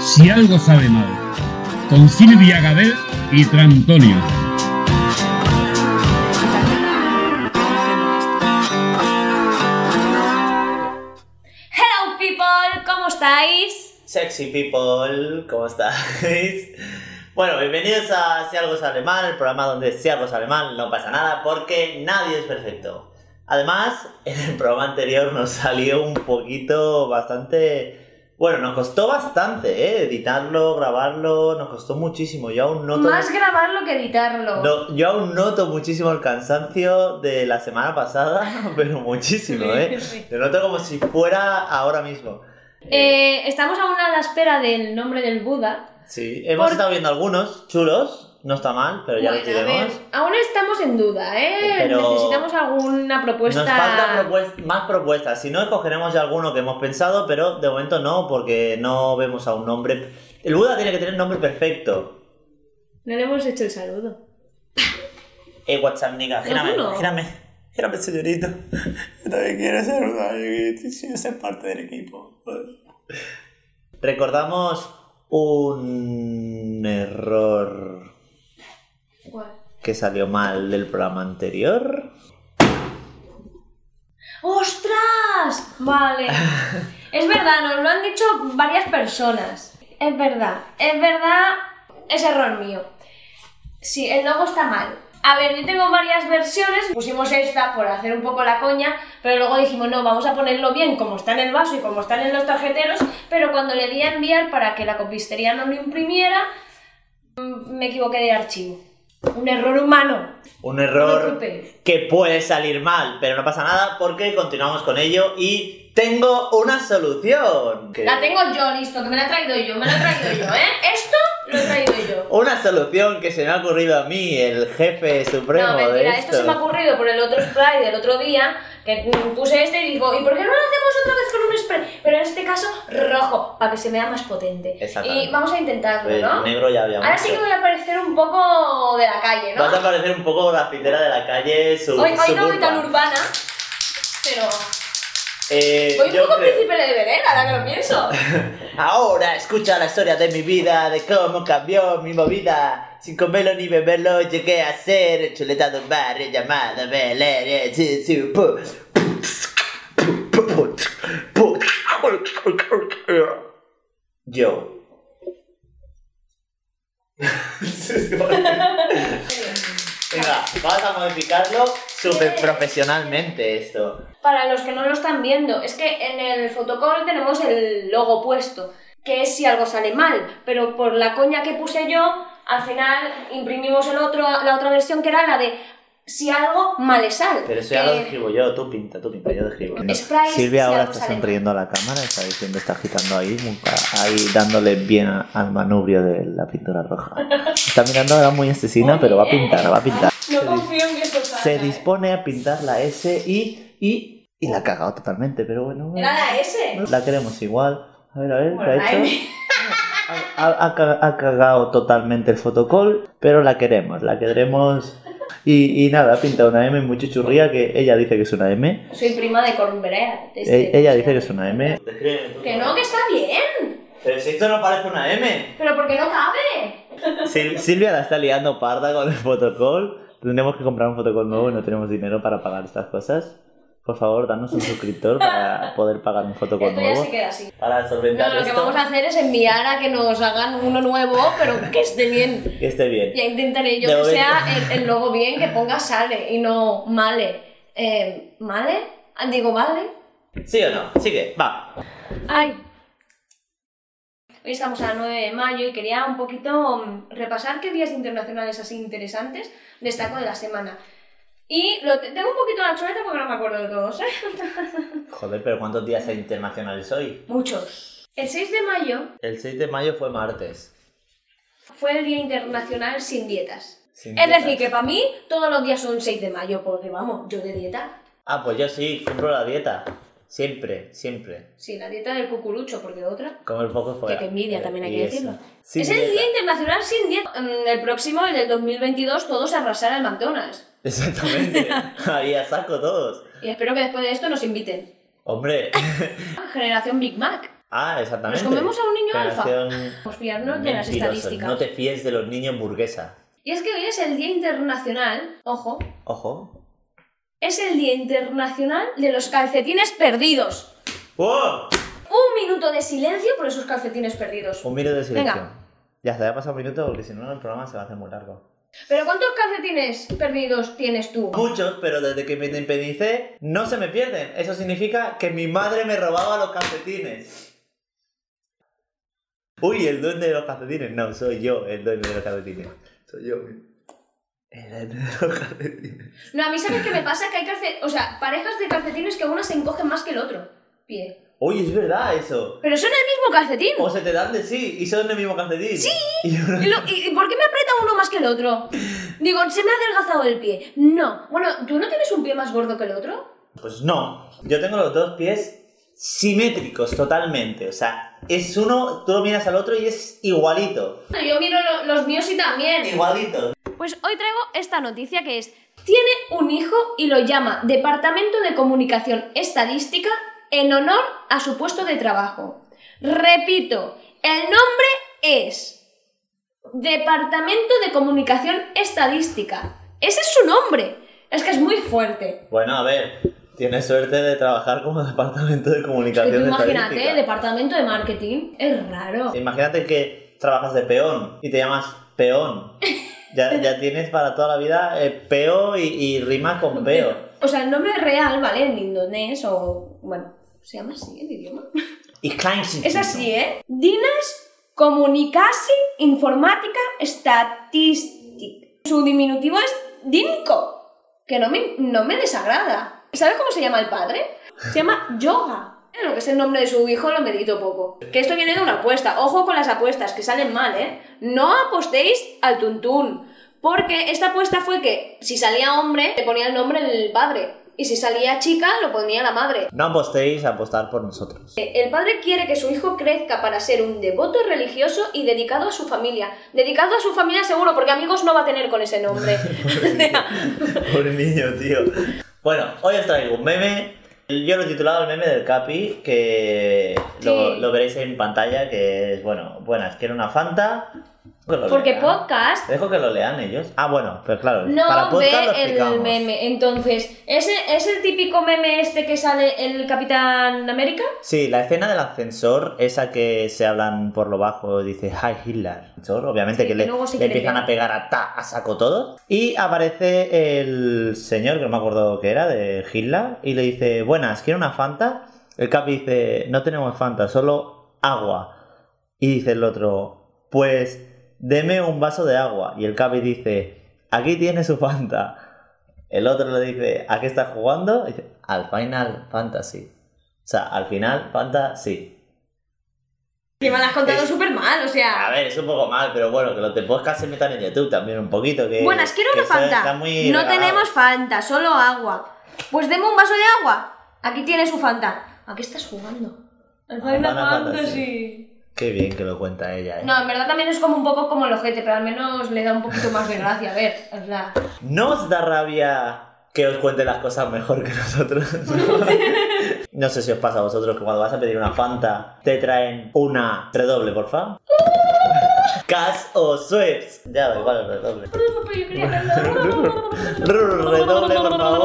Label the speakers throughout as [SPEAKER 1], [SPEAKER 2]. [SPEAKER 1] Si algo sabe mal, con Silvia Gadel y Trantonio.
[SPEAKER 2] Hello people, ¿cómo estáis?
[SPEAKER 3] Sexy people, ¿cómo estáis? Bueno, bienvenidos a Si algo sale mal, el programa donde si algo sale mal no pasa nada porque nadie es perfecto. Además, en el programa anterior nos salió un poquito bastante... Bueno, nos costó bastante, ¿eh? Editarlo, grabarlo, nos costó muchísimo. Yo aún noto...
[SPEAKER 2] Más grabarlo que editarlo.
[SPEAKER 3] No, yo aún noto muchísimo el cansancio de la semana pasada, pero muchísimo, ¿eh? Lo noto como si fuera ahora mismo.
[SPEAKER 2] Eh, estamos aún a la espera del nombre del Buda.
[SPEAKER 3] Sí, hemos
[SPEAKER 2] Por-
[SPEAKER 3] estado viendo algunos chulos, no está mal, pero ya
[SPEAKER 2] Bueno,
[SPEAKER 3] lo
[SPEAKER 2] a ver,
[SPEAKER 3] tenemos.
[SPEAKER 2] aún estamos en duda, ¿eh?
[SPEAKER 3] Pero-
[SPEAKER 2] Necesitamos alguna propuesta.
[SPEAKER 3] Nos faltan propues- más propuestas, si no escogeremos ya alguno que hemos pensado, pero de momento no, porque no vemos a un nombre. El Buda tiene que tener nombre perfecto.
[SPEAKER 2] No le hemos hecho el saludo.
[SPEAKER 3] Eh, WhatsApp, nica, gírame,
[SPEAKER 2] Alguno.
[SPEAKER 3] gírame, gírame, señorito. Yo también quiero ser un quiero ser parte del equipo. Recordamos un error que salió mal del programa anterior.
[SPEAKER 2] ¡Ostras! Vale. es verdad, nos lo han dicho varias personas. Es verdad, es verdad, es error mío. Sí, el logo está mal. A ver, yo tengo varias versiones. Pusimos esta por hacer un poco la coña, pero luego dijimos, no, vamos a ponerlo bien como está en el vaso y como están en los tarjeteros, pero cuando le di a enviar para que la copistería no lo imprimiera, mm, me equivoqué de archivo. Un error humano.
[SPEAKER 3] Un
[SPEAKER 2] No
[SPEAKER 3] error
[SPEAKER 2] ocupes.
[SPEAKER 3] que puede salir mal, pero no pasa nada porque continuamos con ello y tengo una solución. Que-
[SPEAKER 2] La tengo yo, listo, que me la he traído yo, me la he traído yo, ¿eh? Esto lo he traído yo.
[SPEAKER 3] Una solución que se me ha ocurrido a mí, el jefe supremo
[SPEAKER 2] No, mentira,
[SPEAKER 3] de
[SPEAKER 2] esto se me ha ocurrido por el otro spray del otro día, que mm, puse este y digo, ¿y por qué no lo hacemos otra vez con un spray? Pero en este caso, rojo, para que se vea más potente.
[SPEAKER 3] Exactamente.
[SPEAKER 2] Y vamos a intentarlo,
[SPEAKER 3] Pues
[SPEAKER 2] ¿no?
[SPEAKER 3] negro ya habíamos
[SPEAKER 2] Ahora sí que
[SPEAKER 3] hecho.
[SPEAKER 2] voy a parecer un poco de la calle, ¿no?
[SPEAKER 3] Vas a parecer un poco grafitera de la calle su,
[SPEAKER 2] Hoy, hoy no voy
[SPEAKER 3] suburban.
[SPEAKER 2] tan urbana, pero
[SPEAKER 3] Eh,
[SPEAKER 2] voy un
[SPEAKER 3] yo
[SPEAKER 2] poco
[SPEAKER 3] creo-
[SPEAKER 2] príncipe de Belén, ahora que lo pienso.
[SPEAKER 3] Ahora escucha la historia de mi vida, de cómo cambió mi movida. Sin comerlo ni beberlo, llegué a ser el chuleta de un barrio llamado Belén. Sí, sí, pu- Yo. Venga, vas a modificarlo súper profesionalmente esto.
[SPEAKER 2] Para los que no lo están viendo, es que en el fotocall tenemos el logo puesto, que es si algo sale mal, pero por la coña que puse yo, al final imprimimos el otro, la otra versión que era la de si algo male sal.
[SPEAKER 3] Pero eso ya lo
[SPEAKER 2] que-
[SPEAKER 3] describo yo, tú pinta, tú pinta, yo describo.
[SPEAKER 2] Sprite,
[SPEAKER 3] Silvia ahora
[SPEAKER 2] si algo
[SPEAKER 3] está
[SPEAKER 2] sale
[SPEAKER 3] sonriendo a la cámara, está diciendo, está agitando ahí, ahí dándole bien a- al manubrio de la pintura roja. Está mirando ahora muy asesina, pero va a pintar, va a pintar.
[SPEAKER 2] No
[SPEAKER 3] Se
[SPEAKER 2] confío en que esto salga.
[SPEAKER 3] Se
[SPEAKER 2] eh.
[SPEAKER 3] dispone a pintar la S y, y, y la ha cagado totalmente, pero bueno. bueno.
[SPEAKER 2] Era la S.
[SPEAKER 3] La queremos igual. A ver, a ver,
[SPEAKER 2] Bueno,
[SPEAKER 3] ¿la ha
[SPEAKER 2] la
[SPEAKER 3] hecho? Ha, ha ca- ha cagado totalmente el fotocall, pero la queremos, la queremos. Y, y nada, ha pintado una M muy chuchurría que ella dice que es una M.
[SPEAKER 2] Soy prima de Cornbrea. de
[SPEAKER 3] E-
[SPEAKER 2] este-
[SPEAKER 3] ella dice que es una M.
[SPEAKER 2] Que no, que está bien,
[SPEAKER 3] Pero si esto no parece una M.
[SPEAKER 2] pero porque no cabe.
[SPEAKER 3] Silvia la está liando parda con el fotocall. Tendremos que comprar un fotocall nuevo y no tenemos dinero para pagar estas cosas. Por favor, danos un suscriptor para poder pagar un fotocall
[SPEAKER 2] Esto ya
[SPEAKER 3] nuevo.
[SPEAKER 2] se queda así.
[SPEAKER 3] Para
[SPEAKER 2] No,
[SPEAKER 3] solventar
[SPEAKER 2] lo que vamos a hacer es enviar a que nos hagan uno nuevo, pero que esté bien.
[SPEAKER 3] Que esté bien.
[SPEAKER 2] Ya intentaré yo
[SPEAKER 3] De
[SPEAKER 2] que
[SPEAKER 3] momento.
[SPEAKER 2] sea el, el logo bien, que ponga sale y no male. Eh, ¿Male? Ah, Digo, vale.
[SPEAKER 3] ¿Sí o no? Sigue, va.
[SPEAKER 2] Ay. Hoy estamos a 9 de mayo y quería un poquito mm, repasar qué días internacionales así interesantes destaco de la semana. Y lo te- tengo un poquito la chuleta porque no me acuerdo de todos, ¿eh?
[SPEAKER 3] Joder, pero ¿cuántos días hay internacionales hoy?
[SPEAKER 2] Muchos. El 6 de mayo
[SPEAKER 3] El 6 de mayo fue martes.
[SPEAKER 2] fue el Día Internacional sin Dietas.
[SPEAKER 3] Sin
[SPEAKER 2] Es
[SPEAKER 3] dietas.
[SPEAKER 2] decir, que para mí todos los días son 6 de mayo, porque vamos, yo de dieta
[SPEAKER 3] Ah, pues yo sí, cumplo la dieta. Siempre, siempre.
[SPEAKER 2] Sí, la dieta del cucurucho, porque otra.
[SPEAKER 3] Comer poco fuera.
[SPEAKER 2] Que qué envidia, también hay
[SPEAKER 3] Y
[SPEAKER 2] que
[SPEAKER 3] eso.
[SPEAKER 2] decirlo.
[SPEAKER 3] Sin
[SPEAKER 2] es el
[SPEAKER 3] dieta.
[SPEAKER 2] Día Internacional sin dieta. Mm, El próximo, el del 2022, todos a arrasar al McDonald's.
[SPEAKER 3] Exactamente. Ahí a saco todos.
[SPEAKER 2] Y espero que después de esto nos inviten.
[SPEAKER 3] Hombre,
[SPEAKER 2] Generación Big Mac.
[SPEAKER 3] Ah, exactamente.
[SPEAKER 2] Nos comemos a un niño alfa.
[SPEAKER 3] Generación
[SPEAKER 2] Pues fiarnos de las
[SPEAKER 3] mentirosa.
[SPEAKER 2] estadísticas.
[SPEAKER 3] No te fíes de los niños burguesa.
[SPEAKER 2] Y es que hoy es el Día Internacional, ojo,
[SPEAKER 3] Ojo.
[SPEAKER 2] es el Día Internacional de los Calcetines Perdidos.
[SPEAKER 3] ¡Oh!
[SPEAKER 2] Un minuto de silencio por esos calcetines perdidos.
[SPEAKER 3] Un minuto de silencio.
[SPEAKER 2] Venga.
[SPEAKER 3] Ya se ha pasado un minuto porque si no el programa se va a hacer muy largo.
[SPEAKER 2] ¿Pero cuántos calcetines perdidos tienes tú?
[SPEAKER 3] Muchos, pero desde que me independicé no se me pierden. Eso significa que mi madre me robaba los calcetines. Uy, el duende de los calcetines. No, soy yo el duende de los calcetines. Soy yo. El duende de los calcetines.
[SPEAKER 2] No, a mí sabes qué me pasa que hay calcetines, o sea, parejas de calcetines que una se encoge más que el otro. Pie.
[SPEAKER 3] Uy, es verdad eso.
[SPEAKER 2] Pero son el mismo calcetín.
[SPEAKER 3] O se te dan de sí y son del mismo calcetín.
[SPEAKER 2] Sí.
[SPEAKER 3] Y uno-
[SPEAKER 2] ¿Y, lo- y- y por qué me aprieta uno más que el otro? Digo, se me ha adelgazado el pie. No. Bueno, ¿tú no tienes un pie más gordo que el otro?
[SPEAKER 3] Pues no. Yo tengo los dos pies simétricos totalmente. O sea, es uno, tú lo miras al otro y es igualito.
[SPEAKER 2] Yo miro lo- los míos y también.
[SPEAKER 3] Igualito.
[SPEAKER 2] Pues hoy traigo esta noticia que es, tiene un hijo y lo llama Departamento de Comunicación Estadística en honor a su puesto de trabajo. Repito, el nombre es Departamento de Comunicación Estadística. Ese es su nombre. Es que es muy fuerte.
[SPEAKER 3] Bueno, a ver, tienes suerte de trabajar como departamento de
[SPEAKER 2] Es que
[SPEAKER 3] comunicación.
[SPEAKER 2] tú imagínate,
[SPEAKER 3] estadística.
[SPEAKER 2] ¿eh? Departamento de Marketing. Es raro.
[SPEAKER 3] Imagínate que trabajas de peón y te llamas peón. Ya, ya tienes para toda la vida eh, peo y, y rima con peo.
[SPEAKER 2] O sea, el nombre real, ¿vale? En indonés o... Bueno, ¿se llama así el idioma?
[SPEAKER 3] Y
[SPEAKER 2] Es así, ¿eh? Dinas Comunicasi Informática Statistic. Su diminutivo es DINCO, que no me, no me desagrada. ¿Sabes cómo se llama el padre? Se llama Yoga. Lo que es el nombre de su hijo lo medito poco. Que esto viene de una apuesta. Ojo con las apuestas, que salen mal, ¿eh? No apostéis al tuntún. Porque esta apuesta fue que si salía hombre, le ponía el nombre del padre. Y si salía chica, lo ponía la madre.
[SPEAKER 3] No apostéis a apostar por nosotros.
[SPEAKER 2] El padre quiere que su hijo crezca para ser un devoto religioso y dedicado a su familia. Dedicado a su familia seguro, porque amigos no va a tener con ese nombre.
[SPEAKER 3] Pobre niño, tío. Bueno, hoy os traigo un meme. Yo lo he titulado el meme del Capi, que lo,
[SPEAKER 2] Sí.
[SPEAKER 3] lo veréis en pantalla, que es, bueno, buenas, quiero una Fanta. Que lo
[SPEAKER 2] porque
[SPEAKER 3] lea.
[SPEAKER 2] podcast
[SPEAKER 3] Dejo que lo lean ellos. Ah, bueno, pero claro, para
[SPEAKER 2] no ve
[SPEAKER 3] podcast lo explicamos.
[SPEAKER 2] el meme. Entonces, ¿ese es el típico meme este que sale el Capitán América?
[SPEAKER 3] Sí, la escena del ascensor, esa que se hablan por lo bajo, dice Hi Hitler. Ascensor, Obviamente
[SPEAKER 2] Sí,
[SPEAKER 3] que
[SPEAKER 2] que
[SPEAKER 3] le,
[SPEAKER 2] luego sí
[SPEAKER 3] le
[SPEAKER 2] que le
[SPEAKER 3] empiezan
[SPEAKER 2] pegan.
[SPEAKER 3] a pegar a, ta, a saco todo. Y aparece el señor, que no me acuerdo qué era, de Hitler, y le dice, buenas, ¿quiere una Fanta? El Capi dice, no tenemos Fanta, solo agua. Y dice el otro, pues deme un vaso de agua. Y el Capi dice, aquí tiene su Fanta. El otro le dice, ¿a qué estás jugando? Y dice, al Final Fantasy. O sea, al final, Fantasy.
[SPEAKER 2] Que me lo has contado
[SPEAKER 3] Es-
[SPEAKER 2] súper mal, o
[SPEAKER 3] A
[SPEAKER 2] sea.
[SPEAKER 3] ver, es un poco mal, pero bueno, que los de podcast se metan en YouTube también un poquito. Que,
[SPEAKER 2] Buenas, quiero
[SPEAKER 3] que
[SPEAKER 2] una
[SPEAKER 3] eso está
[SPEAKER 2] Fanta.
[SPEAKER 3] muy
[SPEAKER 2] No
[SPEAKER 3] regalado.
[SPEAKER 2] tenemos Fanta, solo agua. Pues deme un vaso de agua. Aquí tiene su Fanta. ¿A qué estás jugando? Al
[SPEAKER 3] Final
[SPEAKER 2] Final
[SPEAKER 3] Fantasy.
[SPEAKER 2] Fantasy.
[SPEAKER 3] Qué bien que lo cuenta ella, ¿eh?
[SPEAKER 2] No, en verdad también es como un poco como el ojete, pero al menos le da un poquito más de gracia, a ver, es la...
[SPEAKER 3] ¿No os da rabia que os cuente las cosas mejor que nosotros? no sé si os pasa a vosotros que cuando vas a pedir una Fanta te traen una redoble, por favor. Cas o Sweps. Ya da igual el redoble. Redoble, por favor.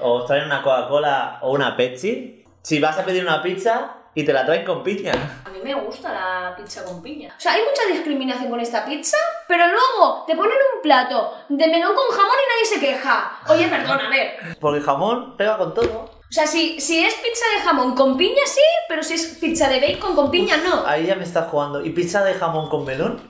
[SPEAKER 3] O os traen una Coca-Cola o una Pepsi. Si vas a pedir una pizza y te la traen con piña.
[SPEAKER 2] A mí me gusta la pizza con piña. O sea, hay mucha discriminación con esta pizza, pero luego te ponen un plato de melón con jamón y nadie se queja. Oye, perdona, a ver.
[SPEAKER 3] Porque el jamón pega con todo.
[SPEAKER 2] O sea, si, si es pizza de jamón con piña, sí, pero si es pizza de bacon con piña, no.
[SPEAKER 3] Ahí ya me está jugando. ¿Y pizza de jamón con melón?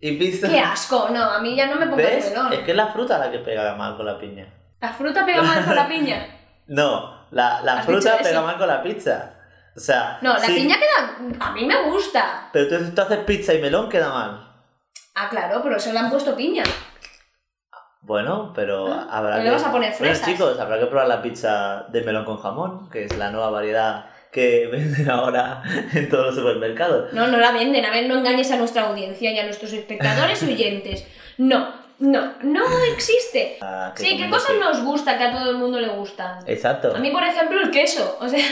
[SPEAKER 3] ¿Y pizza?
[SPEAKER 2] Qué asco, no, a mí ya no me pongas
[SPEAKER 3] ¿Ves?
[SPEAKER 2] melón.
[SPEAKER 3] Es que es la fruta la que pega mal con la piña.
[SPEAKER 2] La fruta pega mal con la piña.
[SPEAKER 3] No, la, la
[SPEAKER 2] ¿Has
[SPEAKER 3] fruta
[SPEAKER 2] dicho
[SPEAKER 3] pega
[SPEAKER 2] eso?
[SPEAKER 3] mal con la pizza. O sea,
[SPEAKER 2] No, la
[SPEAKER 3] sí,
[SPEAKER 2] piña queda... A mí me gusta.
[SPEAKER 3] Pero tú, tú haces pizza y melón queda mal.
[SPEAKER 2] Ah, claro, pero se le han puesto piña.
[SPEAKER 3] Bueno, pero
[SPEAKER 2] Ah,
[SPEAKER 3] habrá
[SPEAKER 2] pero
[SPEAKER 3] que.
[SPEAKER 2] le vas a poner
[SPEAKER 3] Bueno,
[SPEAKER 2] fresas.
[SPEAKER 3] chicos, habrá que probar la pizza de melón con jamón, que es la nueva variedad que venden ahora en todos los supermercados.
[SPEAKER 2] No, no la venden. A ver, no engañes a nuestra audiencia y a nuestros espectadores y oyentes. No, No, no existe.
[SPEAKER 3] Ah, que
[SPEAKER 2] Sí, ¿qué
[SPEAKER 3] comen
[SPEAKER 2] cosas
[SPEAKER 3] así.
[SPEAKER 2] nos gusta que a todo el mundo le gustan?
[SPEAKER 3] Exacto.
[SPEAKER 2] A mí, por ejemplo, el queso. O sea,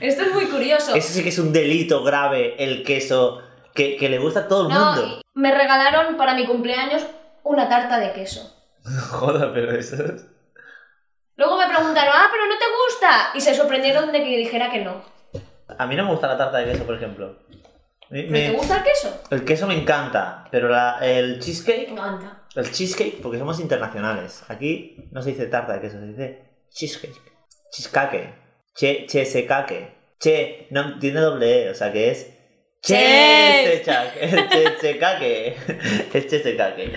[SPEAKER 2] esto es muy curioso.
[SPEAKER 3] Eso sí que es un delito grave, el queso, que, que le gusta a todo el
[SPEAKER 2] No,
[SPEAKER 3] mundo.
[SPEAKER 2] y me regalaron para mi cumpleaños una tarta de queso.
[SPEAKER 3] Joder, pero eso es...
[SPEAKER 2] Luego me preguntaron, ah, pero no te gusta. Y se sorprendieron de que dijera que no.
[SPEAKER 3] A mí no me gusta la tarta de queso, por ejemplo. Me-
[SPEAKER 2] ¿Pero
[SPEAKER 3] me-
[SPEAKER 2] ¿Te gusta el queso?
[SPEAKER 3] el queso me encanta, pero la- el
[SPEAKER 2] Me
[SPEAKER 3] cheesecake,
[SPEAKER 2] encanta.
[SPEAKER 3] el cheesecake, porque somos internacionales. Aquí no se dice tarta de queso, se dice cheesecake. Cheesecake. Che, cheesecake. Che, no, tiene doble E, o sea que es...
[SPEAKER 2] Cheese.
[SPEAKER 3] Cheesecake. Cheesecake. Es cheesecake.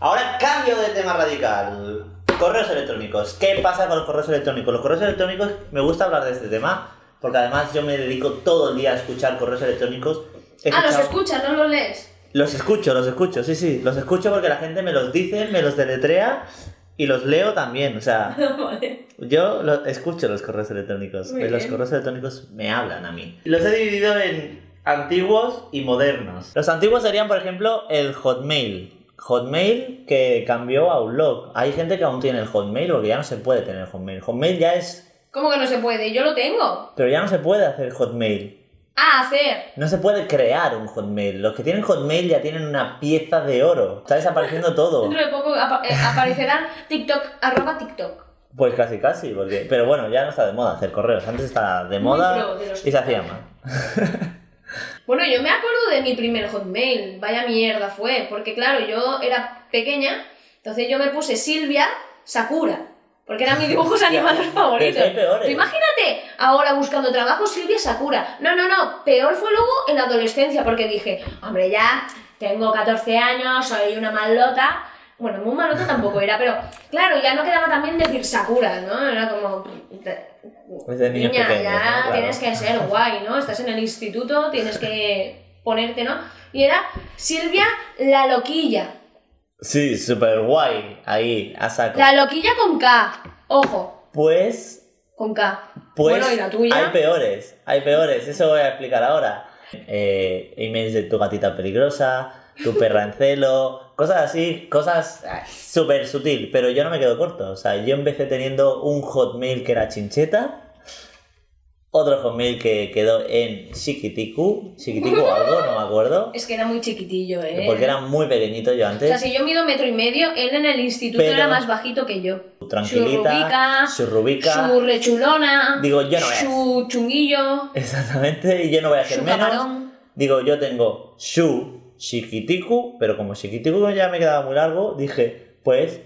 [SPEAKER 3] Ahora cambio de tema radical. Correos electrónicos. ¿Qué pasa con los correos electrónicos? Los correos electrónicos, me gusta hablar de este tema, porque además yo me dedico todo el día a escuchar correos electrónicos. He
[SPEAKER 2] Ah, los
[SPEAKER 3] escuchado-
[SPEAKER 2] escuchas, no los lees.
[SPEAKER 3] los escucho, los escucho, sí, sí, los escucho porque la gente me los dice, me los deletrea y los leo también. O sea,
[SPEAKER 2] Vale.
[SPEAKER 3] yo lo- escucho los correos electrónicos. eh,
[SPEAKER 2] Muy
[SPEAKER 3] los
[SPEAKER 2] bien.
[SPEAKER 3] correos electrónicos me hablan a mí. Los he dividido en antiguos y modernos. Los antiguos serían, por ejemplo, el Hotmail. Hotmail que cambió a Outlook. Hay gente que aún tiene el Hotmail porque ya no se puede tener Hotmail. Hotmail ya es...
[SPEAKER 2] ¿Cómo que no se puede? Yo lo tengo.
[SPEAKER 3] Pero ya no se puede hacer Hotmail.
[SPEAKER 2] A hacer.
[SPEAKER 3] No se puede crear un Hotmail. Los que tienen Hotmail ya tienen una pieza de oro. Está desapareciendo todo.
[SPEAKER 2] Dentro de poco apa- eh, aparecerán TikTok, arroba TikTok.
[SPEAKER 3] Pues casi, casi. Porque... Pero bueno, ya no está de moda hacer correos. Antes estaba de
[SPEAKER 2] Muy
[SPEAKER 3] moda
[SPEAKER 2] pro de los
[SPEAKER 3] y se hacía
[SPEAKER 2] correos.
[SPEAKER 3] mal.
[SPEAKER 2] Bueno, yo me acuerdo de mi primer Hotmail, vaya mierda fue, porque claro, yo era pequeña, entonces yo me puse Silvia Sakura, porque eran mis dibujos animados favoritos.
[SPEAKER 3] hay peores.
[SPEAKER 2] Tú imagínate ahora buscando trabajo Silvia Sakura. No, no, no, peor fue luego en la adolescencia, porque dije, hombre, ya tengo 14 años, soy una malota. Bueno, muy malota tampoco era, pero claro, ya no quedaba también decir Sakura, ¿no? Era como...
[SPEAKER 3] Es de niños
[SPEAKER 2] Niña,
[SPEAKER 3] pequeños,
[SPEAKER 2] ya
[SPEAKER 3] ¿no? Claro.
[SPEAKER 2] tienes que ser guay, ¿no? Estás en el instituto, tienes que ponerte, ¿no? Y era Silvia la loquilla.
[SPEAKER 3] Sí, súper guay. Ahí, a saco.
[SPEAKER 2] La loquilla con K. Ojo,
[SPEAKER 3] Pues
[SPEAKER 2] con K.
[SPEAKER 3] Pues
[SPEAKER 2] bueno, y la tuya.
[SPEAKER 3] hay peores, hay peores, eso voy a explicar ahora. Eh, emails de tu gatita peligrosa, tu perra en celo, cosas así, cosas ah, súper sutil, pero yo no me quedo corto. O sea, yo empecé teniendo un hotmail que era chincheta, otro hotmail que quedó en chiquiticu, chiquiticu algo, no me acuerdo,
[SPEAKER 2] Es que era muy chiquitillo, ¿eh?
[SPEAKER 3] porque era muy pequeñito yo
[SPEAKER 2] O sea,
[SPEAKER 3] antes.
[SPEAKER 2] si yo mido metro y medio, él en el instituto
[SPEAKER 3] Pero-
[SPEAKER 2] era más bajito que yo.
[SPEAKER 3] Tranquilita,
[SPEAKER 2] churrubica,
[SPEAKER 3] su rubica.
[SPEAKER 2] Su rechulona.
[SPEAKER 3] Digo, yo no voy a-
[SPEAKER 2] Su chunguillo.
[SPEAKER 3] Exactamente, y yo no voy a hacer
[SPEAKER 2] Su
[SPEAKER 3] menos.
[SPEAKER 2] camarón.
[SPEAKER 3] Digo, yo tengo Shu, Shikitiku, pero como Shikitiku ya me quedaba muy largo, dije, pues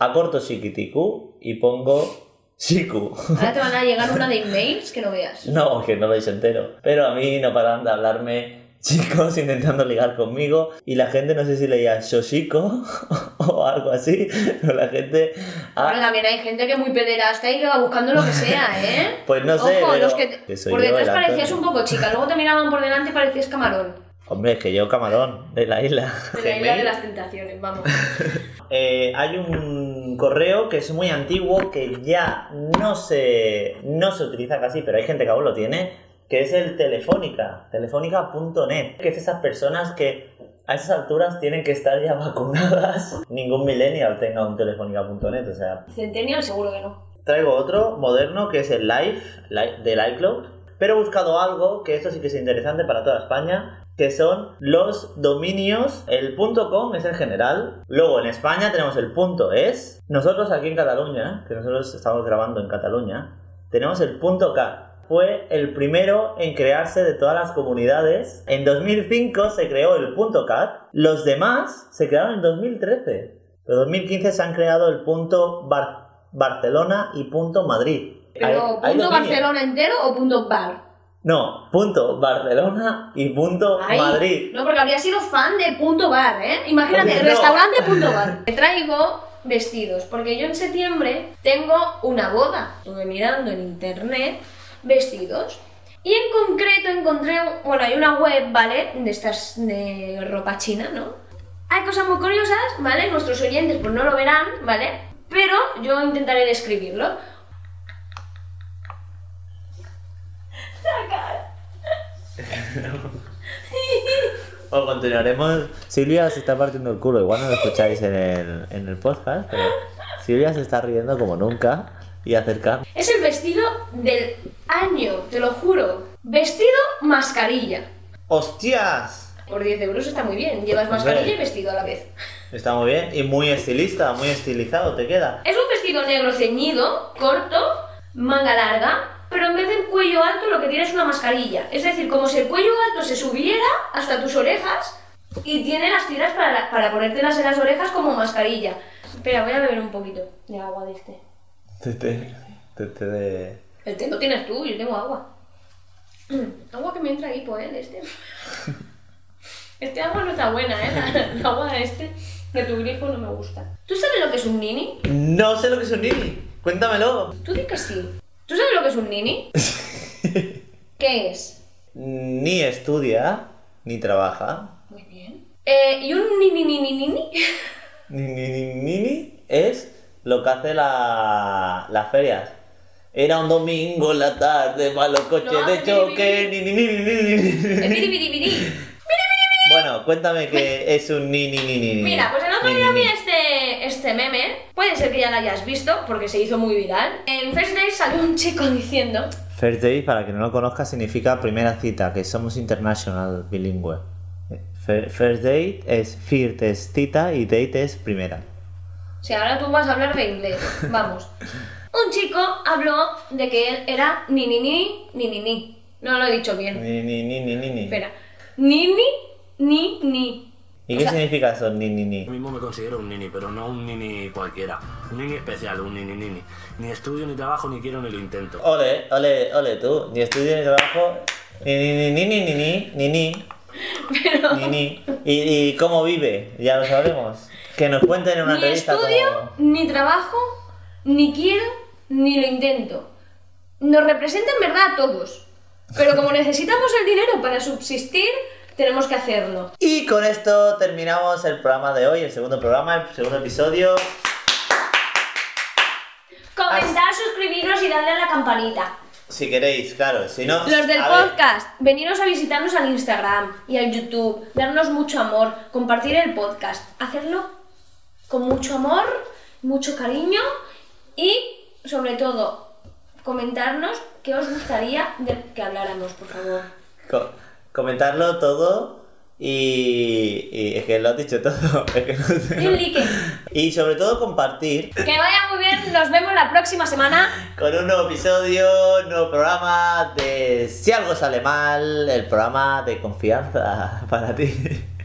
[SPEAKER 3] acorto Shikitiku y pongo Shiku.
[SPEAKER 2] Ahora te van a llegar una de emails que no veas.
[SPEAKER 3] No, que no lo hice entero. Pero a mí no paran de hablarme chicos intentando ligar conmigo y la gente no sé si leía Shoshiko o algo así, pero la gente... ah,
[SPEAKER 2] Bueno, también hay gente que es muy pederasta y que va buscando lo que sea, ¿eh?
[SPEAKER 3] Pues no sé,
[SPEAKER 2] Ojo,
[SPEAKER 3] pero-
[SPEAKER 2] los que te-
[SPEAKER 3] que soy
[SPEAKER 2] por
[SPEAKER 3] yo,
[SPEAKER 2] detrás
[SPEAKER 3] el
[SPEAKER 2] parecías
[SPEAKER 3] Antonio.
[SPEAKER 2] un poco chica, luego te miraban por delante y parecías camarón.
[SPEAKER 3] Hombre, es que yo camarón de la isla.
[SPEAKER 2] De la isla de las tentaciones, vamos.
[SPEAKER 3] Eh, hay un correo que es muy antiguo que ya no se, no se utiliza casi, pero hay gente que aún lo tiene, que es el Telefónica, telefónica.net, que es esas personas que a esas alturas tienen que estar ya vacunadas. Ningún millennial tenga un telefónica.net, o sea,
[SPEAKER 2] Centennial seguro que no.
[SPEAKER 3] Traigo otro moderno que es el Live, Live del iCloud, pero he buscado algo que esto sí que es interesante para toda España, que son los dominios. El .com es el general, luego en España tenemos el .es. Nosotros aquí en Cataluña, que nosotros estamos grabando en Cataluña, tenemos el .cat. Fue el primero en crearse de todas las comunidades. En 2005 se creó el .cat, los demás se crearon en 2013. Pero en 2015 se han creado el punto Bar- Barcelona y punto Madrid.
[SPEAKER 2] Pero,
[SPEAKER 3] Hay- hay
[SPEAKER 2] ¿punto
[SPEAKER 3] dominios.
[SPEAKER 2] Barcelona entero o punto bar?
[SPEAKER 3] No, punto Barcelona y punto
[SPEAKER 2] Ay,
[SPEAKER 3] Madrid.
[SPEAKER 2] No, porque habría sido fan de punto bar, ¿eh? Imagínate,
[SPEAKER 3] No.
[SPEAKER 2] restaurante punto bar. Te traigo vestidos, porque yo en septiembre tengo una boda. Estuve mirando en internet vestidos. Y en concreto encontré, bueno, hay una web, ¿vale? De estas de ropa china, ¿no? Hay cosas muy curiosas, ¿vale? Nuestros oyentes pues no lo verán, ¿vale? Pero yo intentaré describirlo. La cara.
[SPEAKER 3] O continuaremos. Silvia se está partiendo el culo, igual no lo escucháis en el, en el podcast, pero Silvia se está riendo como nunca y acercando.
[SPEAKER 2] Es el vestido del año, te lo juro. Vestido, mascarilla.
[SPEAKER 3] ¡Hostias!
[SPEAKER 2] Por 10 euros está muy bien. Llevas
[SPEAKER 3] Hombre.
[SPEAKER 2] mascarilla y vestido a la vez.
[SPEAKER 3] Está muy bien y muy estilista, muy estilizado te queda.
[SPEAKER 2] Es un vestido negro ceñido, corto, manga larga, pero en vez de un cuello alto lo que tiene es una mascarilla. Es decir, como si el cuello alto se subiera hasta tus orejas y tiene las tiras para, la- para ponértelas en las orejas como mascarilla. Espera, voy a beber un poquito de agua de este.
[SPEAKER 3] Tete, tete de...
[SPEAKER 2] El té lo tienes tú, yo tengo agua. Mm, Agua que me entra hipo, ¿eh? De este. Este agua no está buena, ¿eh? La- El agua de este, de tu grifo, no me gusta. ¿Tú sabes lo que es un nini?
[SPEAKER 3] No sé lo que es un nini, cuéntamelo.
[SPEAKER 2] Tú di que sí. ¿Tú sabes lo que es un nini? ¿Qué es?
[SPEAKER 3] Ni estudia, ni trabaja.
[SPEAKER 2] Muy bien. Eh, ¿Y un nini nini nini?
[SPEAKER 3] Ni, ni, ni, nini es lo que hace la, las ferias. Era un domingo en la tarde, malos coches
[SPEAKER 2] No,
[SPEAKER 3] de
[SPEAKER 2] ni,
[SPEAKER 3] choque. Ni, ni, ni, ni, ni, ni, ni,
[SPEAKER 2] El
[SPEAKER 3] ni.
[SPEAKER 2] biri, biri, biri.
[SPEAKER 3] Bueno, cuéntame que es un ni, ni, ni, ni, ni.
[SPEAKER 2] Mira, pues el otro
[SPEAKER 3] Ni,
[SPEAKER 2] día
[SPEAKER 3] ni,
[SPEAKER 2] vi
[SPEAKER 3] ni.
[SPEAKER 2] este, este meme. Puede ser que ya lo hayas visto porque se hizo muy viral. En First Day salió un chico diciendo
[SPEAKER 3] First date, para que no lo conozca, significa primera cita, que somos international, bilingüe. Fir- First date es first es cita y date es primera.
[SPEAKER 2] Si ahora tú vas a hablar de inglés, vamos. Un chico habló de que él era ni ni ni ni ni ni. No lo he dicho bien.
[SPEAKER 3] Ni, ni, ni, ni, ni, ni.
[SPEAKER 2] Espera. Ni ni ni ni.
[SPEAKER 3] ¿Y
[SPEAKER 2] O
[SPEAKER 3] qué
[SPEAKER 2] sea-
[SPEAKER 3] significa eso, ni, ni, ni?
[SPEAKER 4] Yo mismo me considero un nini, pero no un nini cualquiera. Un nini especial, un nini nini. Ni estudio, ni trabajo, ni quiero, ni lo intento.
[SPEAKER 3] Ole, ole, ole tú, ni estudio ni trabajo, ni ni ni ni ni ni ni ni
[SPEAKER 2] Pero
[SPEAKER 3] ni ni ¿Y, y cómo vive, ya lo sabremos. Que nos cuenten en una
[SPEAKER 2] ni
[SPEAKER 3] entrevista
[SPEAKER 2] estudio,
[SPEAKER 3] cómo-
[SPEAKER 2] ni trabajo, ni quiero, ni lo intento. Nos representa en verdad a todos. Pero como necesitamos el dinero para subsistir, tenemos que hacerlo.
[SPEAKER 3] Y con esto terminamos el programa de hoy, el segundo programa, el segundo episodio.
[SPEAKER 2] Comentar, suscribiros y darle a la campanita.
[SPEAKER 3] Si queréis, claro, si no.
[SPEAKER 2] Los del
[SPEAKER 3] a ver,
[SPEAKER 2] podcast, veniros a visitarnos al Instagram y al YouTube, darnos mucho amor, compartir el podcast, hacerlo con mucho amor, mucho cariño y sobre todo comentarnos qué os gustaría de que habláramos, por favor.
[SPEAKER 3] co- comentarlo todo y, y. Es que lo has dicho todo. Es que no sé.
[SPEAKER 2] Y un like.
[SPEAKER 3] Y sobre todo compartir
[SPEAKER 2] Que vaya muy bien, nos vemos la próxima semana.
[SPEAKER 3] con un nuevo episodio, un nuevo programa de Si algo sale mal, el programa de confianza para ti.